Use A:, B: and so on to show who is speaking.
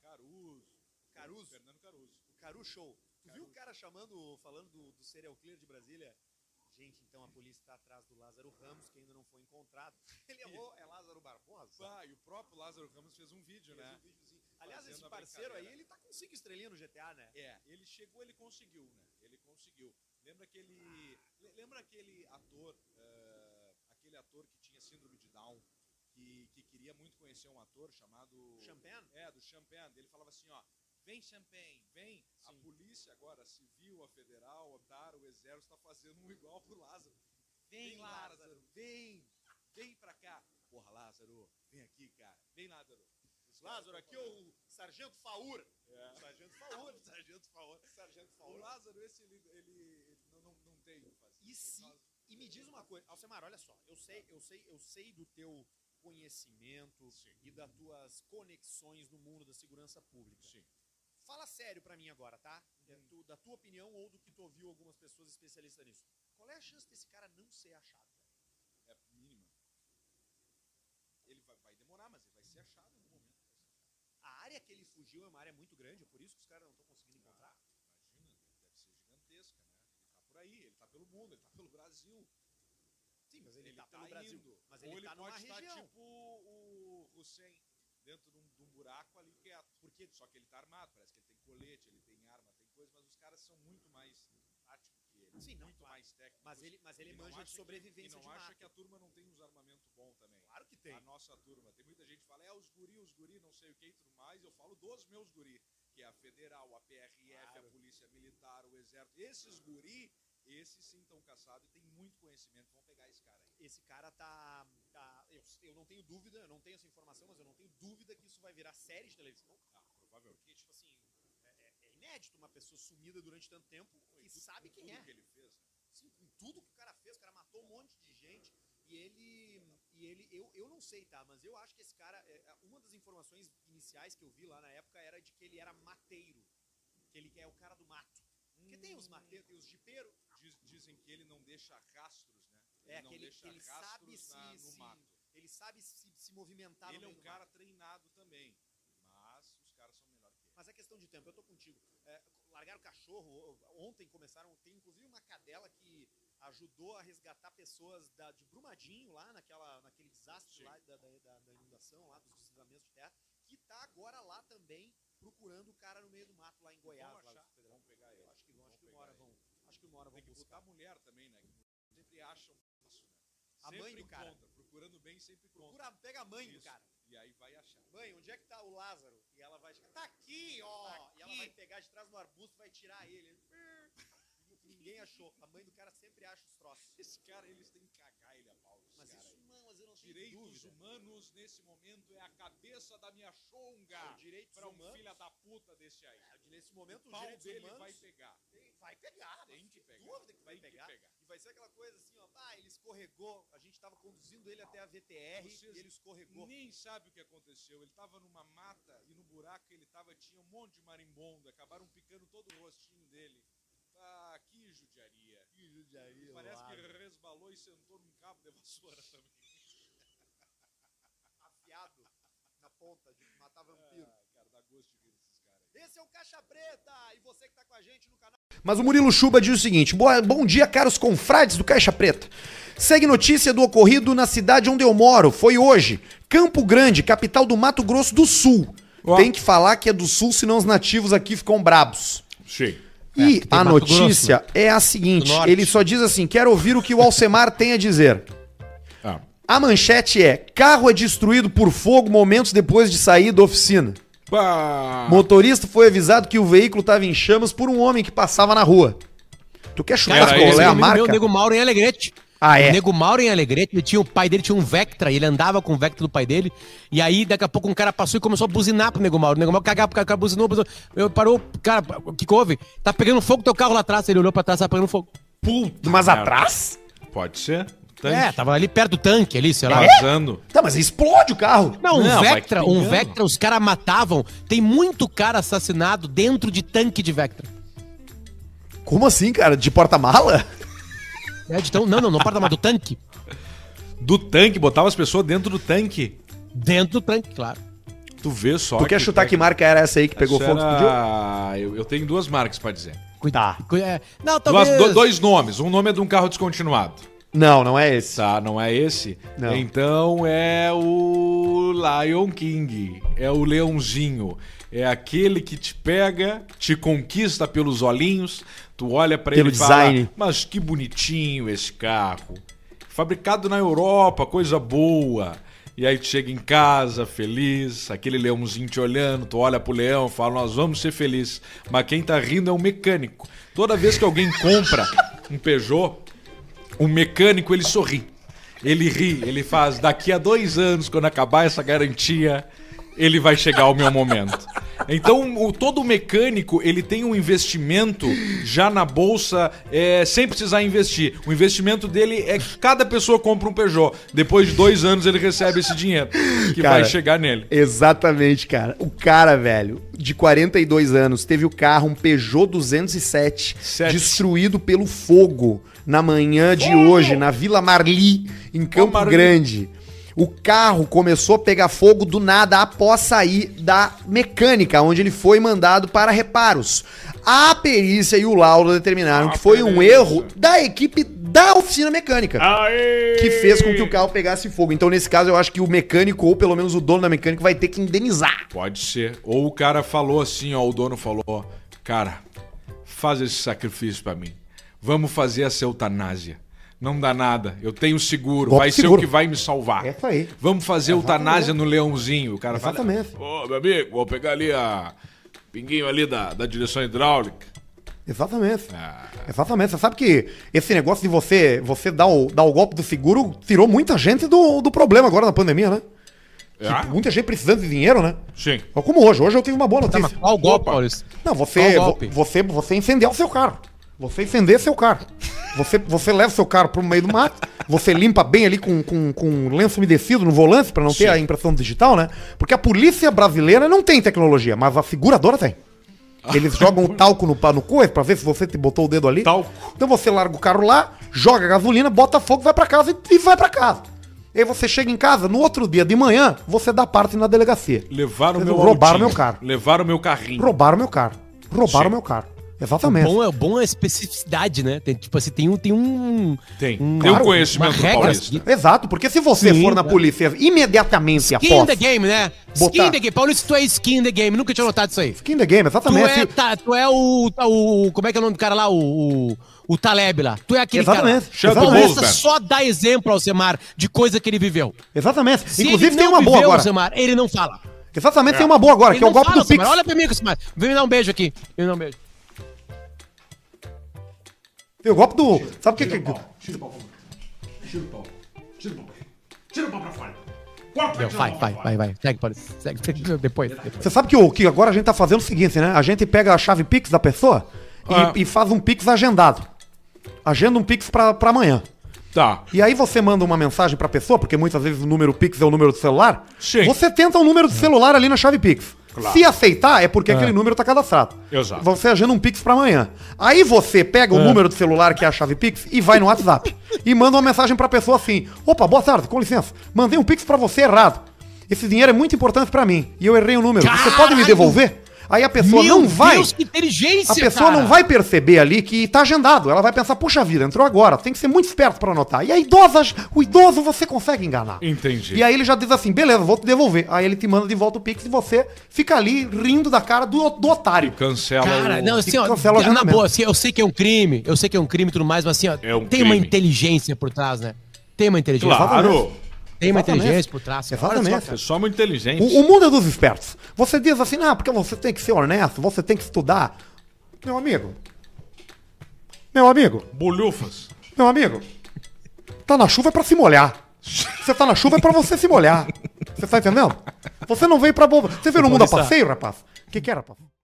A: Caruso.
B: Caruso?
A: Fernando Caruso.
B: O Caru Show. Tu viu
A: Caru.
B: o cara chamando, falando do, do serial killer de Brasília? Gente, então a polícia está atrás do Lázaro Ramos, que ainda não foi encontrado. Ele errou, é Lázaro Barbosa?
A: Ah, e o próprio Lázaro Ramos fez um vídeo,
B: Fez
A: né?
B: um videozinho. Aliás,
A: Fazendo
B: esse
A: a
B: parceiro aí,
A: brincadeira.
B: ele tá com cinco estrelinhas no GTA, né?
A: É, ele chegou, ele conseguiu, né? Ele conseguiu. Lembra aquele, le- lembra aquele ator, eh, aquele ator que tinha síndrome de Down, que, que queria muito conhecer um ator chamado
B: Champagne?
A: É, do Champagne. Ele falava assim, ó, vem Champagne, vem.
B: Sim.
A: A polícia agora, a civil, a federal, a TAR, o exército está fazendo um igual pro Lázaro. Vem,
B: Vem,
A: Lázaro,
B: Lázaro.
A: vem, vem pra cá. Porra, Lázaro, vem aqui, cara. Vem, Lázaro. Os caras
B: Lázaro,
A: tão
B: aqui é
A: falando.
B: o Sargento Faur.
A: É.
B: Sargento Faur. Sargento Faur. Sargento
A: O
B: Faur.
A: Lázaro, esse ele, ele, ele não, não, não tem o que fazer.
B: E se e me diz uma coisa, Alcemar, olha só, eu sei, eu sei, eu sei do teu conhecimento e das tuas conexões no mundo da segurança pública.
A: Sim.
B: Fala sério pra mim agora, tá? É tu- da tua opinião ou do que tu ouviu algumas pessoas especialistas nisso. Qual é a chance desse cara não ser achado? velho?
A: É mínima. Ele vai, vai demorar, mas ele vai ser achado em algum momento. vai ser achado.
B: A área que ele fugiu é uma área muito grande, é por isso que os caras não estão conseguindo encontrar.
A: Imagina, deve ser gigantesca, né? Ele tá por aí, ele tá pelo mundo, ele tá pelo Brasil.
B: Sim, mas ele,
A: ele
B: tá,
A: tá
B: pelo Brasil.
A: indo.
B: Mas
A: Ou
B: ele,
A: ele
B: tá numa
A: pode estar
B: região.
A: tipo o Hussein, dentro de um, de um buraco ali quieto. Por quê? Só que ele tá armado, parece que ele tem colete, ele tem arma, tem coisa, mas os caras são muito mais táticos que ele.
B: Sim, não,
A: muito
B: claro.
A: mais técnicos.
B: Mas ele- mas ele
A: E não
B: manja de
A: acha que-
B: sobrevivência
A: E não
B: de
A: acha
B: mata.
A: que Ah, a turma não tem uns armamentos bom também.
B: Claro que tem.
A: A nossa turma. Tem muita gente que fala, é os guri, os guri, não sei o que e tudo mais. Eu falo dos meus guri, que é a Federal, a PRF,
B: Claro.
A: a Polícia Militar, o Exército. Esses guri, esses sim estão caçados e tem muito conhecimento. Vão pegar esse cara aí.
B: esse cara tá. tá- eu, eu não tenho dúvida, eu não tenho essa informação, mas eu não tenho dúvida que isso vai virar série de televisão.
A: Ah, provavelmente.
B: Porque, tipo assim, é, é- é inédito uma pessoa sumida durante tanto tempo
A: Pô, e
B: que
A: tudo-
B: sabe
A: com
B: quem
A: tudo
B: é.
A: que ele fez, né?
B: Sim, com tudo que o cara fez, o cara matou um monte de gente. E ele. E ele. Eu, eu não sei, tá? Mas eu acho que esse cara. é, é, Uma das informações iniciais que eu vi lá na época era de que ele era mateiro. Que ele é o cara do mato. Porque tem os mateiros, tem os jipeiros.
A: Diz- dizem que ele não deixa rastros, né? Ele
B: É,
A: não
B: que ele,
A: deixa
B: que ele sabe
A: rastros
B: se,
A: na- no
B: se-
A: mato.
B: Ele sabe se, se movimentar no
A: ele é
B: meio
A: um
B: do
A: cara
B: mato.
A: treinado também, mas os caras são melhor que ele.
B: Mas é questão de tempo, eu tô contigo. É, largaram o cachorro, ontem começaram, tem inclusive uma cadela que ajudou a resgatar pessoas da- de Brumadinho lá, naquela, naquele desastre
A: Sim.
B: lá da, da- da- da inundação, lá dos deslizamentos de terra, que tá agora lá também procurando o cara no meio do mato lá em Goiás.
A: achar,
B: lá, no Federal.
A: vão pegar ele,
B: Eu Acho que vão, acho que
A: vão pegar
B: uma hora
A: ele.
B: vão. Acho que uma hora vão
A: Tem que
B: buscar.
A: botar mulher também, né? Que mulher sempre acham isso, né?
B: A mãe
A: Sempre
B: do cara.
A: encontra, procurando bem, sempre encontra.
B: Procura, pega a mãe do
A: Isso.
B: cara.
A: E aí vai achar.
B: Mãe, onde é que tá o Lázaro? E ela vai chegar, tá aqui, ó!
A: Tá
B: E ela vai pegar de trás do arbusto, vai tirar ele. ele "Brrr". Ninguém achou. A mãe do cara sempre acha os troços.
A: Esse cara, eles têm que cagar ele a pau, esse
B: Mas
A: cara
B: isso,
A: aí.
B: não, mas eu não tenho
A: Direitos
B: dúvida.
A: humanos, nesse momento, é a cabeça da minha chonga.
B: É, direitos
A: pra um
B: humanos. É,
A: filho da puta desse aí.
B: Nesse momento,
A: O
B: os
A: pau
B: direitos
A: dele
B: humanos...
A: vai pegar.
B: Vai pegar,
A: Tem
B: mas
A: que pegar.
B: Dúvida que vai
A: Tem que
B: pegar.
A: pegar.
B: E vai ser aquela coisa assim, ó. Ah, ele escorregou. A gente tava conduzindo ele até a VTR
A: Vocês
B: e ele escorregou.
A: Nem sabe o que aconteceu. Ele tava numa mata e no buraco que ele tava tinha um monte de marimbondo. Acabaram picando todo o rostinho dele. Ah, que judiaria.
B: Que judiaria,
A: Parece que
B: Lázaro.
A: ele resbalou e sentou num cabo de vassoura também.
B: Afiado é na ponta de matar vampiro.
A: Ah, cara, dá gosto de ver esses caras aí.
B: Esse é o Caixa Preta. E você que tá com a gente no canal...
C: Mas o Murilo Chuba diz o seguinte: Boa, bom dia, caros confrades do Caixa Preta. Segue notícia do ocorrido na cidade onde eu moro. Foi hoje. Campo Grande, capital do Mato Grosso do Sul.
D: Ó.
C: Tem que falar que é do sul, senão os nativos aqui ficam brabos.
D: Sim. É,
C: E
D: porque tem
C: a
D: Mato
C: notícia
D: Grosso, né?
C: é a
D: Do
C: seguinte:
D: norte.
C: ele só diz assim: quero ouvir o que o Alcemar tem a dizer.
D: Ah,
C: A manchete é: carro é destruído por fogo momentos depois de sair da oficina.
D: Pá.
C: Motorista foi avisado que o veículo estava em chamas por um homem que passava na rua. Tu quer chutar
D: Era
C: qual
D: esse
C: é a
D: amigo
C: marca?
E: Meu nego Mauro em Alegrete.
C: Ah,
E: O
C: é.
E: nego Mauro em Alegrete, ele tinha, o pai dele tinha um Vectra, ele andava com o Vectra do pai dele. E aí, daqui a pouco, um cara passou e começou a buzinar pro nego Mauro. O nego Mauro cagava, pro cara buzinou, buzinou. Eu parou, cara, o que que houve? Tá pegando fogo teu carro lá atrás. Ele olhou pra trás, tá pegando fogo.
D: Puta
C: Mas
D: merda.
C: atrás?
D: Pode ser.
E: É, tava ali perto do tanque ali,
B: É.
E: sei lá.
A: É?
D: Vazando.
C: Tá, mas explode o carro.
E: Não, um
D: Não, vai
E: Vectra,
D: que
E: um
D: pingando.
E: Vectra, os caras matavam. Tem muito cara assassinado dentro de tanque de Vectra.
C: Como assim, cara? De porta-mala?
E: É, de tão- não, não, não para mais do tanque.
D: Do tanque, botava as pessoas dentro do tanque.
E: Dentro do tanque, claro.
C: Tu
A: Tu vê só.
B: Tu quer chutar que marca
A: marca
B: era essa aí que pegou fogo? explodiu?
A: Ah, eu, eu tenho duas marcas pra dizer.
E: Cuidado. é. Não,
A: Duas-
E: talvez...
A: do- dois nomes. Um nome é de um carro descontinuado.
B: Não, não é esse.
A: Tá, não é esse?
B: Não.
A: Então é o Lion King. É o leãozinho. É aquele que te pega, te conquista pelos olhinhos, tu olha pra
B: Pelo
A: ele e fala,
B: design.
A: mas que bonitinho esse carro. Fabricado na Europa, coisa boa. E aí tu chega em casa, feliz, aquele leãozinho te olhando, tu olha pro leão, fala, nós vamos ser felizes. Mas quem tá rindo é um mecânico. Toda vez que alguém compra um Peugeot, o mecânico ele sorri. Ele ri, ele faz. Daqui a dois anos, quando acabar essa garantia, ele vai chegar o meu momento. Então, o, todo mecânico ele tem um investimento já na bolsa, é, sem precisar investir. O investimento dele é que cada pessoa compra um Peugeot. Depois de dois anos, ele recebe esse dinheiro que
B: Cara,
A: vai chegar nele.
B: Exatamente, cara. O cara, velho, de 42 anos, teve o carro, um Peugeot 207,
A: Sete.
B: destruído pelo fogo na manhã de hoje, na Vila Marli, em Campo
A: Marli.
B: Grande. O carro começou a pegar fogo do nada após sair da mecânica, onde ele foi mandado para reparos. A perícia e o laudo determinaram
A: A
B: que foi um
A: perícia.
B: erro da equipe da oficina mecânica que fez com que o carro pegasse fogo. Então, nesse caso, eu acho que o mecânico, ou pelo menos o dono da mecânica, vai ter que indenizar.
A: Pode ser. Ou o cara falou assim, ó, o dono falou, ó, cara, faz esse sacrifício pra mim. Vamos fazer essa eutanásia. Não dá nada. Eu tenho seguro.
B: Golpe
A: vai
B: seguro.
A: ser o que vai me salvar.
B: É isso aí.
A: Vamos fazer eutanásia no leãozinho. O cara
B: Exatamente.
A: fala, ô, meu amigo, vou pegar ali a pinguinho ali da, da direção hidráulica.
B: Exatamente.
E: Ah.
B: Exatamente. Você sabe que esse negócio de você, você dar, o, dar o golpe do seguro tirou muita gente do, do problema agora na pandemia, né? Que
A: Ah.
B: Muita gente precisando de dinheiro, né?
A: Sim.
B: Ó, Como hoje. Hoje eu tive uma boa
E: Tá,
B: notícia.
E: mas qual o golpe, Paulista?
B: Não, você,
E: Qual o
B: vo-
E: golpe?
B: você, você incendiar o seu carro. Você incendeia seu carro. Você, você leva seu carro pro meio do mato, você limpa bem ali com, com, com lenço umedecido no volante para não ter a impressão digital, né? Porque a polícia brasileira não tem tecnologia, mas a seguradora tem. Eles jogam o talco no, pa- no coisa pra ver se você te botou o dedo ali.
A: Talco.
B: Então você larga o carro lá, joga gasolina, bota fogo, vai pra casa e, e vai pra casa. E aí você chega em casa, no outro dia de manhã, você dá parte na delegacia.
A: Levaram
B: Vocês
A: meu
B: roubaram
A: autinho.
B: meu carro.
A: Levaram meu carrinho.
B: Roubaram meu carro. Roubaram
A: Sim.
B: meu carro. Exatamente.
E: Bom é bom é a especificidade, né? Tem, tipo assim, tem um. Tem um.
A: Tem.
E: um-
A: Tem um
E: uma
A: conhecimento
E: regra
A: paulista.
B: Exato, porque se você
E: Sim,
B: for na
E: né?
B: polícia imediatamente
E: Skin in
B: após.
E: the game, né?
B: Botar.
E: Skin in the game. Paulista, tu é skin in the game. Nunca tinha notado isso aí.
B: Skin in the game,
E: Tu
B: exatamente.
E: é, ta- tu é o, ta- o. Como é que é o nome do cara lá? O. o o Taleb lá. Tu é aquele
B: Exatamente.
E: cara.
A: Shadow
E: Exatamente.
A: Wolf, né?
E: só dá exemplo ao Semar de coisa que ele viveu.
B: Exatamente.
E: Se
B: Inclusive
E: ele
B: tem
E: não
B: uma boa
E: viveu,
B: agora.
E: Semar, ele não fala.
B: Exatamente, tem uma boa agora,
E: ele
B: que é o
E: não
B: golpe
E: fala,
B: do Pix.
E: Semar. Olha pra mim, Semar. Vem me dar um beijo aqui. Vem me dar um beijo.
B: Tem o golpe do. Sabe o que que.
E: Não, vai, vai, vai, vai. Segue, Paulista. Segue. Depois. depois.
B: Você sabe que, o, que agora a gente tá fazendo o seguinte, né? A gente pega a chave Pix da pessoa e,
A: Ah.
B: e faz um Pix agendado. Agenda um Pix pra, pra amanhã.
A: Tá.
B: E aí você manda uma mensagem pra pessoa, porque muitas vezes o número Pix é o número do celular.
A: Sim.
B: Você tenta o número do celular ali na chave Pix. Se aceitar, é porque aquele número tá cadastrado.
A: Exato.
B: Você agenda um Pix pra amanhã. Aí você pega o número do celular, que é a chave Pix, e vai no WhatsApp. e manda uma mensagem pra pessoa assim: Opa, boa tarde, com licença. Mandei um Pix pra você errado. Esse dinheiro é muito importante pra mim. E eu errei o número. Você pode me
E: Caralho!
B: devolver? Aí a pessoa não vai.
E: Deus, que inteligência,
B: A pessoa
E: cara.
B: não vai perceber ali que tá agendado. Ela vai pensar, puxa vida, entrou agora. Tem que ser muito esperto pra anotar. E a idosa, o idoso você consegue enganar.
A: Entendi.
B: E aí ele já diz assim, beleza, vou te devolver. Aí ele te manda de volta o Pix e você fica ali rindo da cara do, do otário.
A: Cancela
E: Cara,
A: o...
E: não, assim, ó,
B: cancela o
E: na
B: agendamento.
E: boa, assim, eu sei que é um crime, eu sei que é um crime e tudo mais, mas assim, ó,
A: É um
E: tem uma
A: crime.
E: inteligência por trás, né? Tem uma inteligência.
A: Claro.
B: Exatamente.
E: Tem uma
B: Exatamente.
E: inteligência por trás. cara. Olha só,
B: Exatamente.
A: É só muito inteligente.
B: O, o mundo é dos espertos. Você diz assim, ah, porque você tem que ser honesto, você tem que estudar. Meu amigo. Meu amigo.
A: Bolhufas.
B: Meu amigo, tá na chuva é pra se molhar. Você tá na chuva é pra você se molhar. Você tá entendendo? Você não veio pra boba. Você veio no mundo a passeio, rapaz? O que que é, rapaz?